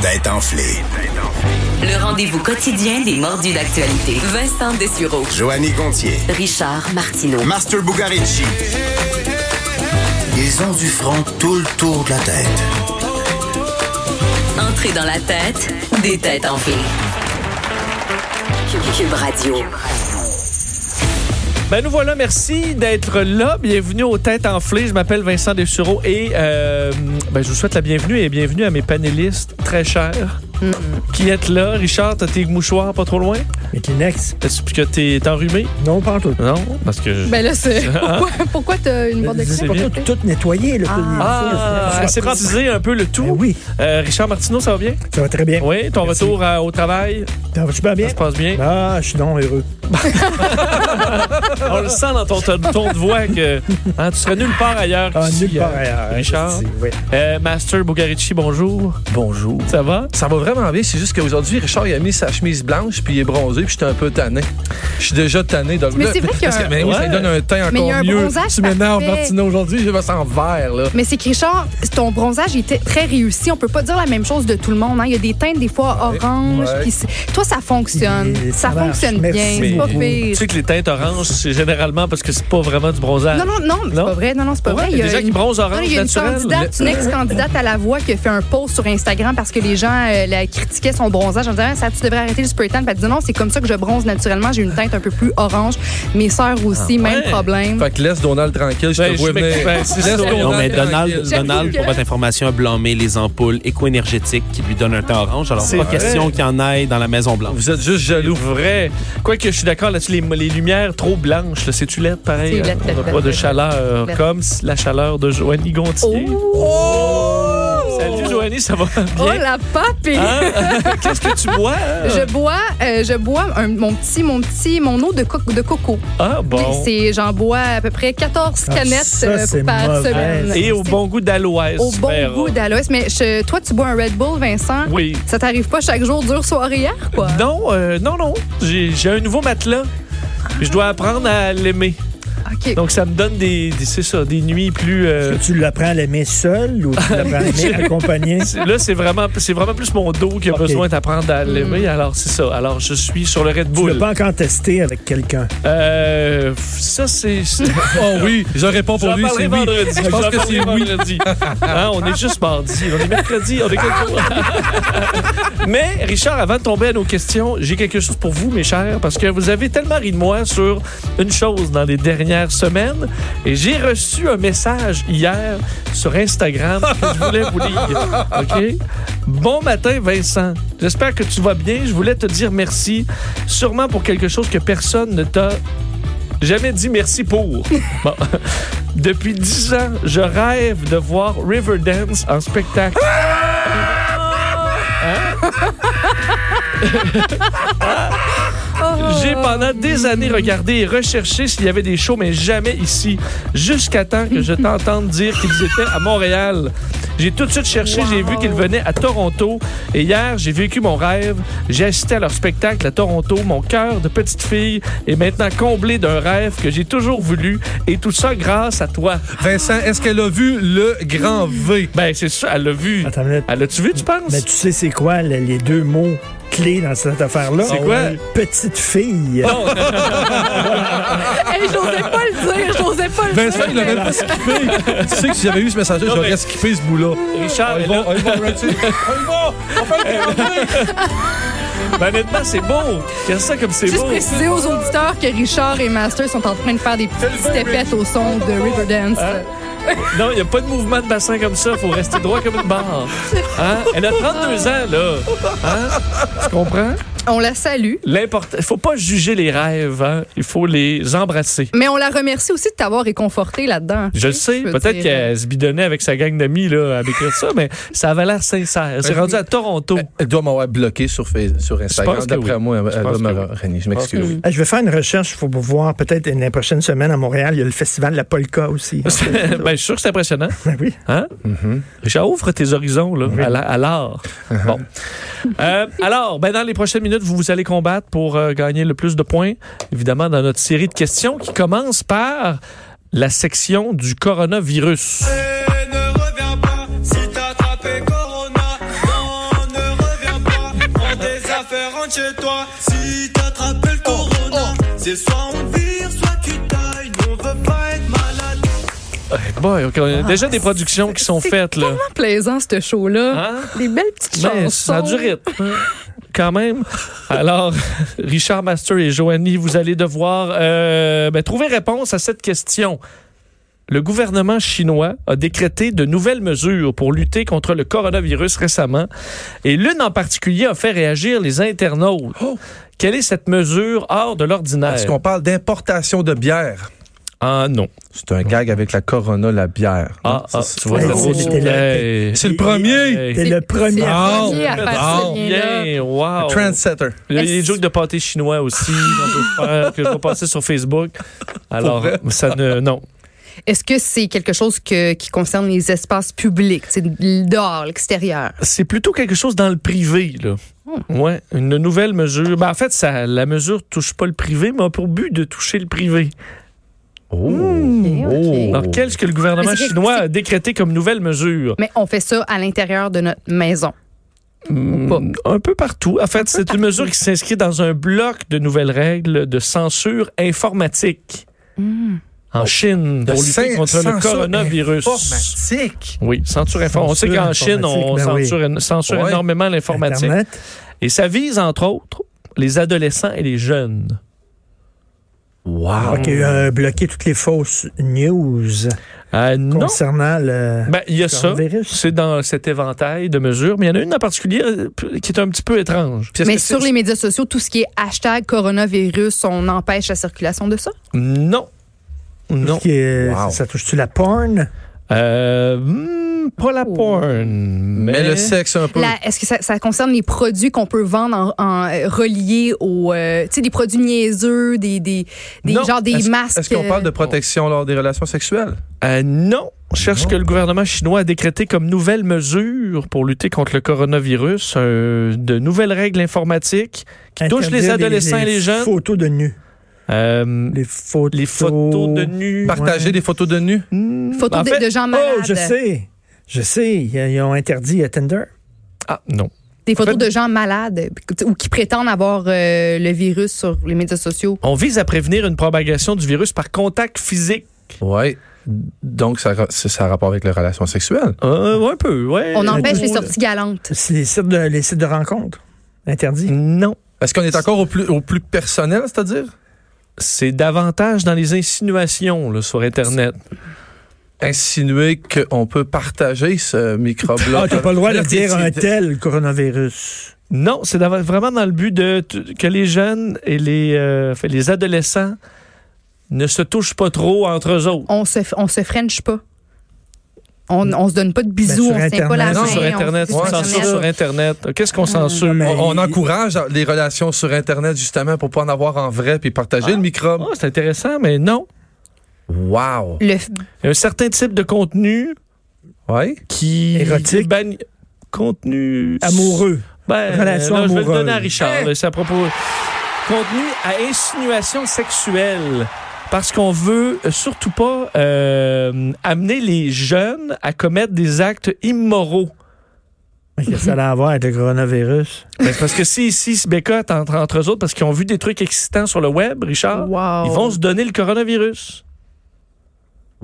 Tête enflée. Le rendez-vous quotidien des mordus d'actualité. Vincent Dessureau. Joanny Gontier. Richard Martineau. Master Bugarici. Ils ont du front tout le tour de la tête. Entrée dans la tête des têtes enflées. Cube- Cube Radio. Ben nous voilà, merci d'être là. Bienvenue aux Têtes Enflées. Je m'appelle Vincent Dessureau et euh, ben, je vous souhaite la bienvenue et bienvenue à mes panélistes très chers qui êtes là. Richard, t'as tes mouchoirs pas trop loin? Mais Kleenex, Est-ce que t'es enrhumé? non, pas en tout. Non, parce que... je- Ben là, c'est. Pourquoi, pourquoi t'as une boîte de C'est crêpes? pour bien. tout, tout nettoyer. Là, ah, aseptiser un peu le tout. ben oui, Euh, Richard Martineau, ça va bien? ça va très bien. Oui, ton Merci. retour à- au travail, Ça va super bien. ça se passe bien? Ah, je suis donc heureux. On le sent dans ton ton, ton de voix que hein, tu serais nulle part ailleurs Ah, qu'ici, nulle part euh, ailleurs. Richard. C'est- oui. Euh, Master Bugarici, bonjour. Bonjour. Ça va? Ça va vraiment bien, c'est juste qu'aujourd'hui, Richard, il a mis sa chemise blanche, puis il est bronzé, puis j'étais un peu tanné. Je suis déjà tanné. Donc Mais là, c'est vrai qu'il y a parce que, un- mais oui, ça Ouais. lui donne un teint Mais il y a encore un mieux. bronzage Tu m'énerves, parfait. Martino, aujourd'hui, je vais s'en vert, là. Mais c'est que Richard, ton bronzage il était très réussi. On peut pas dire la même chose de tout le monde. hein. Il y a des teintes des fois orange. Ouais. puis c'est- Toi, ça fonctionne. Et ça ça marche. fonctionne Merci bien. C'est pas beaucoup. Tu pire. sais que les teintes oranges, c'est généralement parce que c'est pas vraiment du bronzage. Non, non, non, mais c'est Non? pas vrai. Non, non, c'est pas Ouais, vrai. il y a des gens qui bronzent orange Non, Il y a une naturel. candidate, une ex-candidate à la voix qui a fait un post sur Instagram parce que les gens euh, la critiquaient son bronzage en disant Ah, ça tu devrais arrêter le spray tan. Puis Elle dit non, c'est comme ça que je bronze naturellement, j'ai une teinte un peu plus orange. Mes sœurs aussi, même Ah ouais. problème. Fait que laisse Donald tranquille, je Ben, te vois je m'ex- venir. ben, c'est Laisse ça. Non, mais tranquille. Donald, J'avoue Donald que- pour votre information, a blâmé les ampoules éco-énergétiques qui lui donnent un teint orange. Alors, C'est pas vrai. question qu'il y en ait dans la Maison-Blanche. Vous êtes juste jaloux. Vrai. Quoique je suis d'accord là-dessus, les, les lumières trop blanches, là, c'est-tu laide pareil? C'est laide, On laide, n'a laide, pas de laide. chaleur, Laide. comme la chaleur de Joanie Gontier. Salut Joanie, ça va Oh bien? la papille! Hein? Qu'est-ce que tu bois? hein? Je bois, euh, je bois un- mon petit, mon petit, mon eau de, co- de coco. Ah bon. C'est, j'en bois à peu près 14 Ah, canettes ça, euh, c'est par mauvais. semaine. Et au C'est bon goût d'aloès. au bon Véro. goût d'aloès. Mais je- toi, tu bois un Red Bull, Vincent. Oui. Ça t'arrive pas chaque jour, dure soirée hier, quoi? Non, euh, non, non. J'ai j'ai un nouveau matelas. Je dois apprendre à l'aimer. OK. Donc, ça me donne des, des- c'est ça, des nuits plus. euh, Est-ce que Tu l'apprends à l'aimer seul ou tu l'apprends à l'aimer accompagné? Là, c'est vraiment, c'est vraiment plus mon dos qui a Ok. besoin d'apprendre à l'aimer. Alors, c'est ça. Alors, je suis sur le Red Tu l'as Bull. pas encore testé avec quelqu'un. Euh, ça, c'est. c'est- Oh oui, je réponds J'en pour lui, parlerai c'est oui. vendredi. Je pense J'en que parlerai c'est oui. vendredi. Hein, on est juste mardi. On est mercredi. On est quelques jours. Mais, Richard, avant de tomber à nos questions, j'ai quelque chose pour vous, mes chers, parce que vous avez tellement ri de moi sur une chose dans les dernières semaines. Et j'ai reçu un message hier sur Instagram que je voulais vous lire. OK? Bon matin, Vincent. J'espère que tu vas bien. Je voulais te dire merci, sûrement pour quelque chose que personne ne t'a jamais dit merci pour. Bon. Depuis dix ans, je rêve de voir Riverdance en spectacle. J'ai pendant des années regardé et recherché s'il y avait des shows, mais jamais ici. Jusqu'à temps que je t'entende dire qu'ils étaient à Montréal. J'ai tout de suite cherché, j'ai vu qu'ils venaient à Toronto. Et hier, j'ai vécu mon rêve. J'ai assisté à leur spectacle à Toronto. Mon cœur de petite fille est maintenant comblé d'un rêve que j'ai toujours voulu. Et tout ça grâce à toi. Vincent, est-ce qu'elle a vu le grand V? Ben, c'est ça, elle l'a vu. Attends une minute. Elle l'a-tu vu, tu penses? Mais Ben, tu sais, c'est quoi le- les deux mots clés dans cette affaire-là? Ah C'est quoi? Ah. Petite fille. Non, Hey, j'osais pas le dire, j'osais pas Ben, le Vincent, il dire. aurait pas skippé. tu sais que si j'avais eu ce message-là, Non, mais- j'aurais skippé ce bout-là. Richard, On y elle Oh, va, a- on y va, Richie. On y Oh, va! On fait le grand V! Eh, ben, honnêtement, c'est beau. Regarde ça comme c'est Juste beau. préciser aux auditeurs que Richard et Master sont en train de faire des petites stepettes au son de Riverdance. Hein? Non, il n'y a pas de mouvement de bassin comme ça. faut rester droit comme une barre. Hein? Elle a 32 ans, là. Hein? Tu comprends? On la salue. L'important, il faut pas juger les rêves. hein. Il faut les embrasser. Mais on la remercie aussi de t'avoir réconforté là-dedans. Je le sais, Je veux peut-être dire- euh, qu'elle se bidonnait avec sa gang d'amis là, à décrire ça, mais ça avait l'air sincère. Elle s'est Ben, rendue à Toronto. Elle doit m'avoir bloqué sur, Face- sur Instagram. pense que D'après oui. moi, elle- Je elle pense doit me que oui. renier. Je pense que m'excuse. Ah, Je vais faire une recherche pour voir peut-être la prochaine semaine à Montréal, il y a le festival de la Polka aussi. ben, je suis sûr que c'est impressionnant. Ben oui. Hein? Mm-hmm. Richard, ouvre tes horizons là, à la- à l'art. Uh-huh. Bon. Euh, alors, ben, dans les prochaines minutes, vous, vous allez combattre pour euh, gagner le plus de points, évidemment, dans notre série de questions qui commence par la section du coronavirus. Ne reviens pas si t'as attrapé Corona. Non, ne Oh, C'est soit on vire, soit tu tailles. On veut pas être malade. Eh boy, ok, on a déjà des productions qui sont Ah, C'est faites, là. tellement plaisant, ce show-là. Hein? Des belles petites Mais chansons. ça a du rythme. hein. Quand même. Alors, Richard Master et Joanie, vous allez devoir euh, ben, trouver réponse à cette question. Le gouvernement chinois a décrété de nouvelles mesures pour lutter contre le coronavirus récemment, et l'une en particulier a fait réagir les internautes. Quelle est cette mesure hors de l'ordinaire? Est-ce Oh! qu'on parle d'importation de bière? Ah non. C'est un gag avec la Corona, la bière. Ah, ah, tu vois, Ouais, ça vaut- c'était le- Hey. C'est le premier! Hey. T'es le C'est premier. le premier à Oh, faire oh, ce lien-là. Ah, Bien, wow. Trendsetter. Il y a Est-ce- des jokes de pâté chinois aussi qu'on peut faire, que je vais passer sur Facebook. Alors, ça ne. Non. Est-ce que c'est quelque chose que- qui concerne les espaces publics, c'est dehors, l'extérieur? C'est plutôt quelque chose dans le privé, là. Ouais, une nouvelle mesure. Ben, en fait, ça, la mesure touche pas le privé, mais a pour but de toucher le privé. Ok, ok. Alors, qu'est-ce que le gouvernement Mais c'est- chinois a décrété comme nouvelle mesure? Mais on fait ça à l'intérieur de notre maison. Mm, Un peu partout. En fait, c'est une mesure qui s'inscrit dans un bloc de nouvelles règles de censure informatique Hmm. en Chine pour lutter Censure contre le coronavirus. Informatique. Oui, censure informatique. On sait Censure qu'en Chine, on informatique, ben oui. censure, éno- censure Ouais. énormément l'informatique. Internet. Et ça vise, entre autres, les adolescents et les jeunes. Ah. Wow. OK, euh, bloquer toutes les fausses news Euh, non. concernant le... Ben, il y a ça. coronavirus. C'est dans cet éventail de mesures. Mais il y en a une en particulier euh, p- qui est un petit peu étrange. Mais sur les médias sociaux, tout ce qui est hashtag coronavirus, on empêche la circulation de ça? Non. Tout Non. ce qui est- Wow. Ça touche-tu la porn? Euh, hmm, pas la porn. Mais, Mais le sexe un peu. La- Est-ce que ça, ça concerne les produits qu'on peut vendre en, en, euh, reliés aux... euh, tu sais, des produits niaiseux, des, des, des Non. genre des Est-ce- masques. euh, Est-ce qu'on parle de protection lors des relations sexuelles? Euh, non. On Cherche Non. que le gouvernement chinois a décrété comme nouvelle mesure pour lutter contre le coronavirus euh, de nouvelles règles informatiques qui touchent les Interdire adolescents et les jeunes. photos de nu. Euh, Les photos... les photos de nu. Partager des photos de nu? Photos En de- fait- de gens malades. Oh, je sais. Je sais. Ils ils ont interdit à Tinder. Ah, non. Des photos de gens malades euh, ou qui prétendent avoir euh, le virus sur les médias sociaux. On vise à prévenir une propagation du virus par contact physique. Oui. Donc, ça, ra- c'est- ça a rapport avec les relations sexuelles. Euh, un peu, ouais. On empêche tout les le monde. sorties galantes. C'est les sites de, les sites de rencontres. Interdit. Non. Est-ce qu'on est encore au plus, au plus personnel, c'est-à-dire? C'est davantage dans les insinuations là, sur Internet. Insinuer qu'on peut partager ce microblog. Ah, t'as pas le droit de Là, t'es- dire un t'es- tel coronavirus. Non, c'est dava- vraiment dans le but de t- que les jeunes et les, euh, fait, les adolescents ne se touchent pas trop entre eux autres. On se, on se french pas. On, on se donne pas de Ben, sur bisous, on se tient pas la Internet. main. Non, Mm. sur on- Internet, c'est on ouais, censure Internet. sur Internet. Ah. Qu'est-ce qu'on censure? mais- On, on encourage les relations sur Internet justement pour pas en avoir en vrai puis partager le microbe. Ah, c'est intéressant, mais non. Wow. Le, Il y a un certain type de contenu Ouais. qui... Érotique. qui banni- Contenu... Amoureux. Ben, Relation là, je vais le amoureuse. donner à Richard. là, C'est à propos. Contenu à insinuation sexuelle. Parce qu'on veut surtout pas euh, amener les jeunes à commettre des actes immoraux. Mais Qu'est-ce que ça a à voir avec le coronavirus? Ben, c'est parce que si ici se bécotent entre, entre eux autres parce qu'ils ont vu des trucs excitants sur le web, Richard, Wow. ils vont se donner le coronavirus.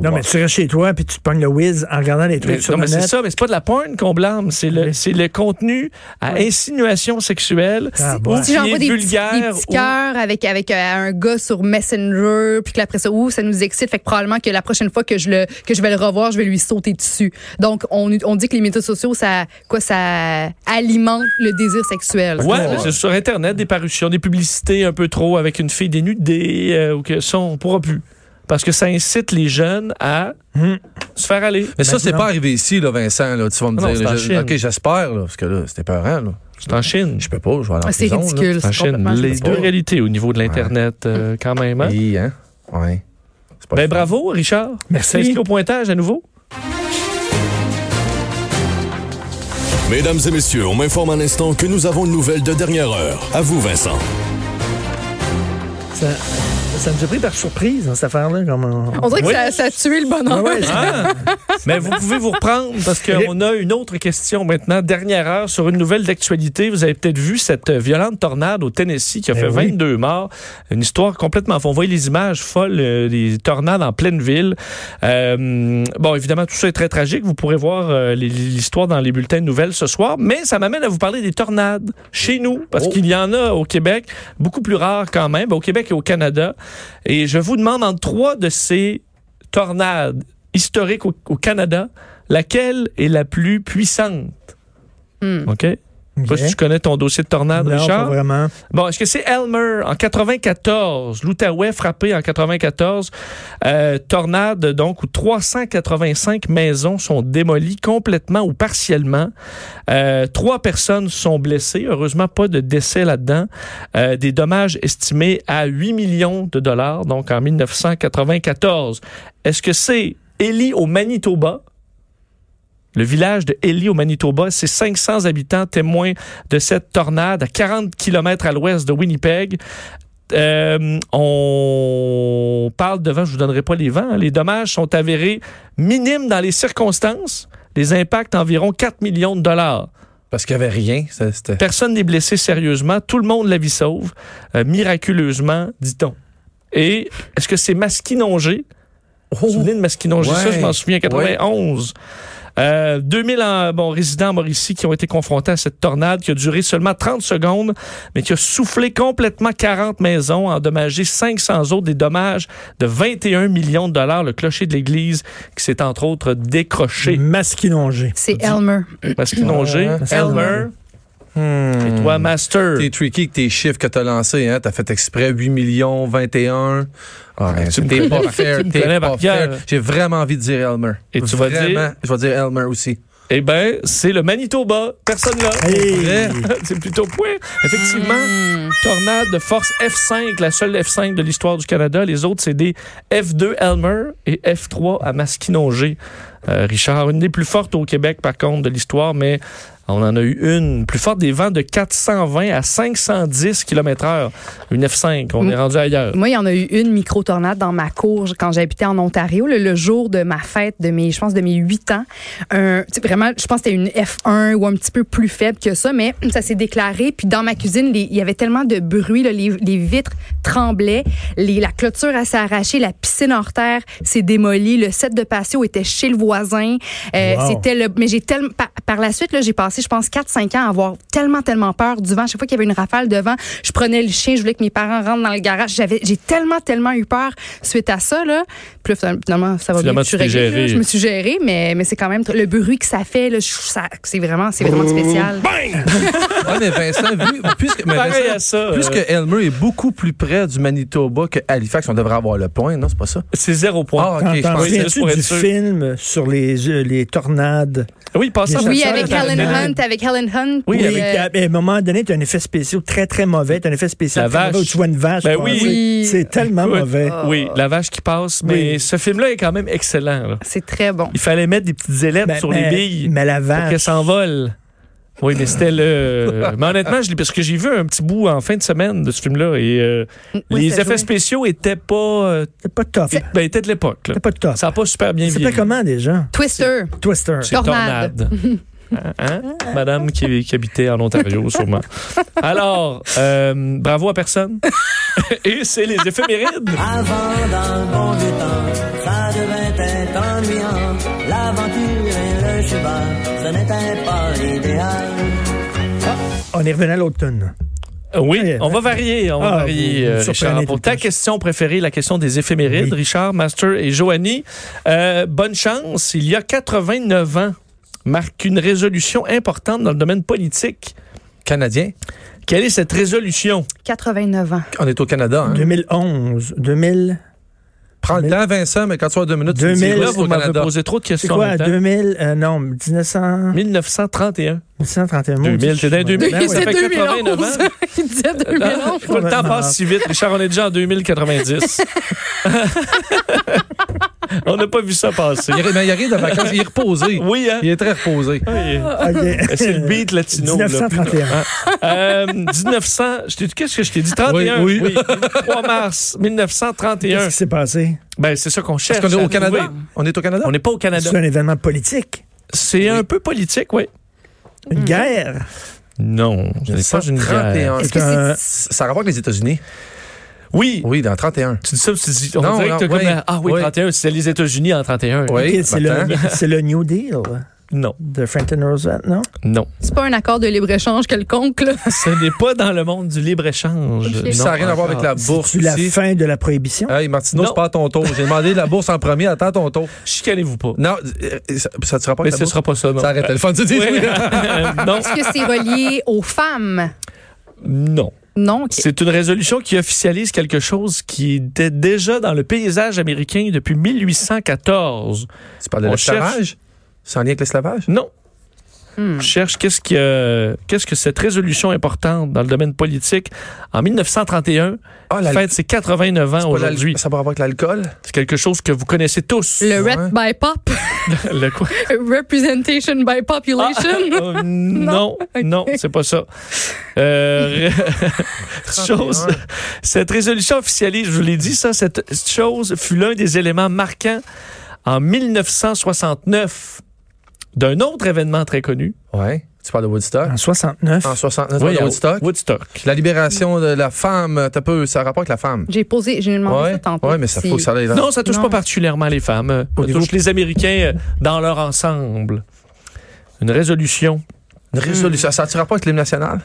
Non, mais tu restes chez toi puis tu te pognes le whiz en regardant les trucs Mais- sur Ben, non, mais le c'est net. ça, mais c'est pas de la porn qu'on blâme, c'est le, Oui. c'est le contenu à insinuation sexuelle. Ah, si- bon. Si Qui est j'envoie des, petits- vulgaire des petits ou- cœurs avec, avec euh, un gars sur Messenger, puis que après ça, ouh, ça nous excite, fait que probablement que la prochaine fois que je, le, que je vais le revoir, je vais lui sauter dessus. Donc, on, on dit que les médias sociaux, ça, quoi, ça alimente le désir sexuel. Ouais, mais c'est sur Internet, des parutions, des publicités un peu trop avec une fille dénudée, euh, ou que ça, on pourra plus. Parce que ça incite les jeunes à se faire aller. Mais ça, c'est Maintenant. pas arrivé ici, là, Vincent, là, tu vas me Ben, Non, dire. c'est en je- Chine. OK, j'espère, là, parce que là, c'était peurant, là. C'est en Chine. Je peux pas, je vais aller en Ah, c'est prison, là. ridicule. C'est en c'est Chine. complètement- Les deux pas. réalités au niveau de l'Internet, euh, quand même. hein. Et, hein? Ouais. C'est pas Ben le fun. bravo, Richard. Merci. T'es inscrit au pointage à nouveau. Mesdames et messieurs, on m'informe à l'instant que nous avons une nouvelle de dernière heure. À vous, Vincent. Ça, ça nous a pris par surprise, hein, cette affaire-là. Comme on- On dirait que Oui. ça, ça a tué le bonheur. Ah ouais, ça- Mais vous pouvez vous reprendre parce qu'on a une autre question maintenant. Dernière heure sur une nouvelle d'actualité. Vous avez peut-être vu cette euh, violente tornade au Tennessee qui a Eh fait oui. 22 morts. Une histoire complètement. On voit les images folles euh, des tornades en pleine ville. Euh, bon, évidemment, tout ça est très tragique. Vous pourrez voir euh, les- l'histoire dans les bulletins de nouvelles ce soir. Mais ça m'amène à vous parler des tornades chez nous parce Oh. qu'il y en a au Québec, beaucoup plus rares quand même, au Québec et au Canada. Et je vous demande en trois de ces tornade historique au, au Canada, laquelle est la plus puissante? OK? Je sais pas Ok. si tu connais ton dossier de tornade, Non, pas Richard. vraiment. Bon, est-ce que c'est Elmer en 94, l'Outaouais frappé en 94, euh, tornade donc où 385 maisons sont démolies complètement ou partiellement. Euh, trois personnes sont blessées, heureusement pas de décès là-dedans. Euh, des dommages estimés à 8 millions de dollars, donc en 1994. Est-ce que c'est Elie au Manitoba? Le village de Elie au Manitoba, c'est 500 habitants témoins de cette tornade à 40 km à l'ouest de Winnipeg. Euh, on parle de vent, je vous donnerai pas les vents. hein. Les dommages sont avérés minimes dans les circonstances. Les impacts environ 4 millions de dollars. Parce qu'il n'y avait rien. ça, C'était. Personne n'est blessé sérieusement. Tout le monde la vie sauve, euh, miraculeusement, dit-on. Et est-ce que c'est Masquinongé? Vous Oh! vous souvenez de Masquinongé? Ça, Ouais. je m'en souviens, 91. Euh, 2000 en- bon, résidents en Mauricie qui ont été confrontés à cette tornade qui a duré seulement 30 secondes, mais qui a soufflé complètement 40 maisons, endommagé 500 autres, des dommages de 21 millions de dollars. Le clocher de l'église qui s'est entre autres décroché. Masquinongé. C'est Elmer. Masquinongé, Ouais. Elmer, et toi, Master. Hmm. T'es tricky avec tes chiffres que t'as lancés, hein. T'as fait exprès 8 millions, 21. Ah, ouais, Tu me t'es connais- pas fair. tu me T'es connais par pas fair. cœur. J'ai vraiment envie de dire Elmer. Et tu vas vraiment, dire- Je vais dire Elmer aussi. Eh bien, c'est le Manitoba. Personne là. Hey. c'est plutôt point. Effectivement, Hmm. tornade de force F5, la seule F5 de l'histoire du Canada. Les autres, c'est des F2 Elmer et F3 à Masquinongé. Euh, Richard, une des plus fortes au Québec, par contre, de l'histoire, mais on en a eu une plus forte des vents de 420 à 510 km heure. Une F5, Hmm. on est rendu ailleurs. Moi, il y en a eu une micro-tornade dans ma cour quand j'habitais en Ontario. Le, le jour de ma fête, de mes, je pense, de mes 8 ans. Un- tu sais, vraiment, je pense que c'était une F1 ou un petit peu plus faible que ça, mais ça s'est déclaré. Puis dans ma cuisine, les- il y avait tellement de bruit, là, les, les vitres tremblaient, les- la clôture elle s'est arrachée, la piscine hors terre s'est démolie, le set de patio était chez le voisin. Euh, Wow. C'était le, mais j'ai tellement, par, par la suite, là, j'ai passé, je pense, 4-5 ans à avoir tellement, tellement peur du vent. Chaque fois qu'il y avait une rafale de vent, je prenais le chien, je voulais que mes parents rentrent dans le garage. J'avais, j'ai tellement, tellement eu peur suite à ça, là. Puis là, finalement, ça va Finalement, bien. Je tu suis t'es réglée, là. gérée. Je me suis gérée, mais, mais c'est quand même, tr- le bruit que ça fait, là, je- ça- c'est vraiment, c'est vraiment spécial. Ouais, mais Vincent, vu, puisque, mais Pareil Vincent, à ça, puisque euh. Elmer est beaucoup plus près du Manitoba que Halifax, on devrait avoir le point, non? C'est pas ça? C'est zéro point. Ah, T'en- ok, je T'en pensais juste souviens-tu pour être du sûr. film sur les, euh, les tornades? Oui, passons Oui, à ça. avec ça, Helen ça, Hunt, avec Helen Hunt. Oui, puis, avec- euh, Et à- à un moment donné, tu as un effet spécial très, très mauvais. Tu as un effet spécial La très vache. mauvais où tu vois une vache. Ben passer. oui. C'est tellement Oui. Ah, Ah. mauvais. Oui, la vache qui passe. Mais ce film-là est quand même excellent. là. c'est très bon. Il fallait mettre des petites ailettes Ben, sur mais- les billes Mais la pour qu'elles vache. s'envolent. Oui, mais c'était le. euh, mais honnêtement, je l'ai- parce que j'ai vu un petit bout en fin de semaine de ce film-là et euh, Oui, les c'était effets joué. spéciaux étaient pas. euh, C'est pas top. C'est ben, étaient de l'époque. là. pas top. Ça Ça n'a pas super bien s'appelait vieilli. comment déjà? Twister. Twister. C'est tornade. Hein, hein? Madame qui, qui habitait en Ontario, sûrement. Alors, euh, bravo à personne. Et c'est les éphémérides. Avant d'un bon vieux temps, ça devait être ennuyant. L'aventure et le cheval, ce n'était pas l'idéal. On est revenu à l'automne. Euh, Oui, Ouais, on va varier, on va Ah, varier, vous- vous euh, me Richard. surprenez tout Pour le ta temps. question préférée, la question des éphémérides, Oui. Richard, Master et Joanie, euh, bonne chance. Il y a 89 ans, marque une résolution importante dans le domaine politique. Canadien. Quelle est cette résolution? 89 ans. On est au Canada, hein? 2011, 2000. Prends le temps, Vincent, mais quand tu as deux minutes, tu 2000, dis, Là, là, vous au m'avez Canada. posé trop de C'est questions en quoi? même temps. 2000, euh, non, 1900, 1931. 1931. 2000, je- c'est dans 2000. Ben oui. Ça fait 89 ans. Il disait 2011. Tout le temps passe si vite. Richard, on est déjà en 2090. On n'a pas vu ça passer. Il, mais il arrive de vacances, il est reposé. Oui, hein? Il est très reposé. OK. C'est le beat latino. là. 1931. Euh, 1900, je t'ai dit, qu'est-ce que je t'ai dit? 31, Oui, oui. oui. 3 mars Qu'est-ce 1931. qui s'est passé? Ben, c'est ça qu'on cherche. Est-ce qu'on est à au Canada? trouver. On est au Canada? On n'est pas au Canada. C'est un événement politique. C'est un peu politique, oui. Une guerre. Non, je n'ai pas une guerre. 31. Est-ce que c'est- Ça a rapport avec les États-Unis? Oui. Oui, dans 31. Tu dis ça, tu dis, on Non, dirait que t'as non, comme, oui. ah oui, Oui. 31, c'était les États-Unis en 31. Oui, OK, c'est attends. le, c'est le New Deal Non, de Franklin Roosevelt, non? non. C'est pas un accord de libre-échange quelconque, là. Ce n'est pas dans le monde du libre-échange. Ok. Non, Ça n'a rien à voir avec la bourse C'est la aussi. fin de la prohibition. Euh, Hey, Martino, Non. c'est pas à ton tour. J'ai demandé la bourse en premier. Attends ton tour. Ah. Chicanez-vous pas. Non, euh, ça, ça te sera pas Mais avec la ce ne bourse? sera pas ça, non. Ça arrête le fun. tu dis- Oui. non, Est-ce que c'est relié aux femmes? non. Non. ok. C'est une résolution qui officialise quelque chose qui était déjà dans le paysage américain depuis 1814. Tu parles de On l'esclavage? C'est en lien avec l'esclavage? Non. Hmm. Je cherche qu'est-ce que qu'est-ce que cette résolution importante dans le domaine politique en 1931 Ah, la- fête ses 89 ans C'est pas l'al- aujourd'hui. Ça a rapport avec l'alcool? C'est quelque chose que vous connaissez tous. Le Red by Pop, Le quoi Representation by Ah. Population. Euh, non, non, c'est pas ça. Euh, chose, cette résolution officialise, je vous l'ai dit, ça, cette chose fut l'un des éléments marquants en 1969 d'un autre événement très connu. Ah, Ouais. Tu parles de Woodstock? En 69. En 69, tu parles de Voyons, Woodstock. Woodstock. La libération de la femme, t'as peu, ça a rapport avec la femme. J'ai posé, j'ai demandé ça Ouais, tantôt. ouais, mais ça faut que ça aille. dans- Non, ça touche Non. pas particulièrement les femmes. Euh, Ça touche les Américains euh, dans leur ensemble. Une résolution. Une résolution. Ça a rapport avec l'hymne national?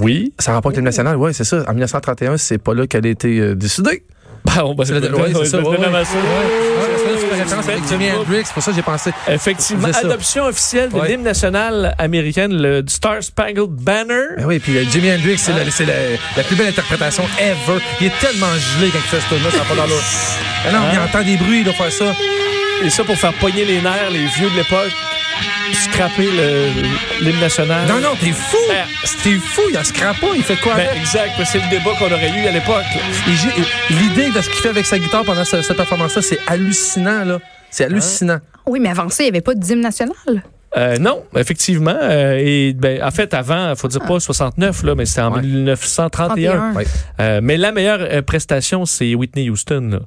Oui. Ça a rapport avec l'hymne national, oui, c'est ça. En 1931, c'est pas là qu'elle a été euh, décidée. Bah, on va C'est la- on va- ouais, on c'est va- ça, on va- ouais, on va- ouais. Ouais. c'est pour ça que j'ai pensé. Effectivement, C'est ça. adoption officielle de Ouais. l'hymne national américaine, le du Star Spangled Banner. Ben oui, puis euh, Jimi Hendrix, c'est Hein? la, c'est la- la plus belle interprétation ever. Il est tellement gelé quand il fait ce tour là ça va pas dans l'autre. Ah non, Hein? il entend des bruits, il doit faire ça. Et ça pour faire pogner les nerfs, les vieux de l'époque, scraper le- l'hymne national. Non, non, t'es fou! Ben, T'es fou, il a scrap pas, il fait quoi Ben, avec? exact, parce que c'est le débat qu'on aurait eu à l'époque. là. Et j'ai- L'idée de ce qu'il fait avec sa guitare pendant ce- cette performance-là, c'est hallucinant, là. C'est Hein? hallucinant. Oui, mais avant ça, il n'y avait pas de dîme national. Euh, non, effectivement. euh, et ben, en fait, avant, faut dire pas 69 là, mais c'est en Ouais. 1931. 31. Ouais. Euh, mais la meilleure euh, prestation, c'est Whitney Houston. Là.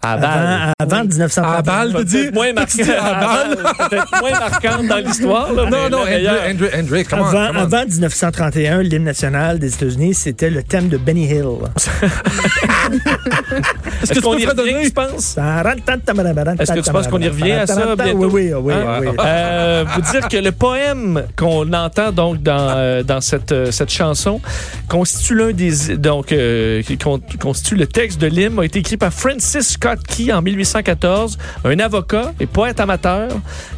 À balle. Avant, avant 1931. À Ah, balle, tu dis? Peut-être moins marquante. Peut-être moins marquante dans l'histoire. là, mais Ah, Non, non, la meilleure. Hendrix, Hendrix, Hendrix, come on, Avant, come on. avant 1931, l'hymne national des États-Unis, c'était le thème de Benny Hill. Est-ce que Est-ce tu qu'on y y revient, revient? tu penses? Est-ce que tu penses qu'on y revient à ça bientôt? Oui, oui, oui. Hein? Ah oui. Euh, vous dire que le poème qu'on entend donc dans, euh, dans cette, euh, cette chanson constitue l'un des donc euh, qui con- constitue le texte de l'hymne a été écrit par Francis Scott Key en 1814, un avocat et poète amateur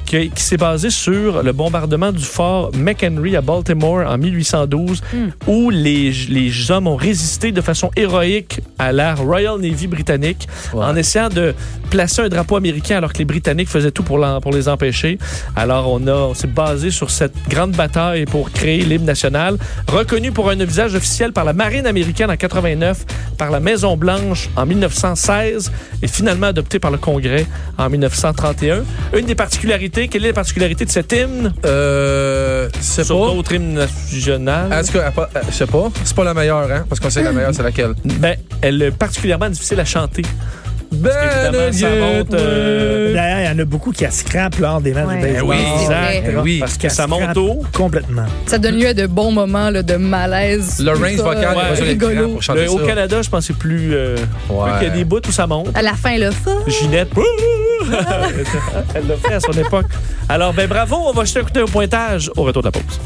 qui, qui s'est basé sur le bombardement du fort McHenry à Baltimore en 1812 où les, les hommes ont résisté de façon héroïque à la Royal Navy britannique en essayant de placer un drapeau américain alors que les Britanniques faisaient tout pour, l'en- pour les empêcher. Alors on, a, on s'est basé sur cette grande bataille pour créer l'hymne national, reconnu pour un visage officiel par la marine américaine en 89, par la Maison Blanche en 1916 et finalement adopté par le Congrès en 1931. Une des particularités, quelle est la particularité de cet hymne Euh, c'est sur pas. d'autres hymnes nationaux? Est-ce que, euh, je sais pas, c'est pas la meilleure, hein? Parce qu'on sait que la meilleure, c'est laquelle? Ben, elle est particulièrement difficile à chanter. Ben, Évidemment, ça monte, euh, D'ailleurs, il y en a beaucoup qui a scrap lors des matchs Ouais. de baseball. Eh Ah, Ben oui, C'est exact. Eh vrai. Ben oui. Parce que Qui ça monte scrappent haut. Complètement. Ça donne lieu à de bons moments là, de malaise. Le tout range ça, vocal, euh, il va sur les rigolo. grands pour chanter Le- au ça. Canada, je pense que c'est plus. euh, Ouais. Il y a des bouts où ça monte. À la fin, là, ça. Ginette. Elle l'a fait à son époque. Alors, ben bravo, on va jeter un coup d'œil au pointage au retour de la pause.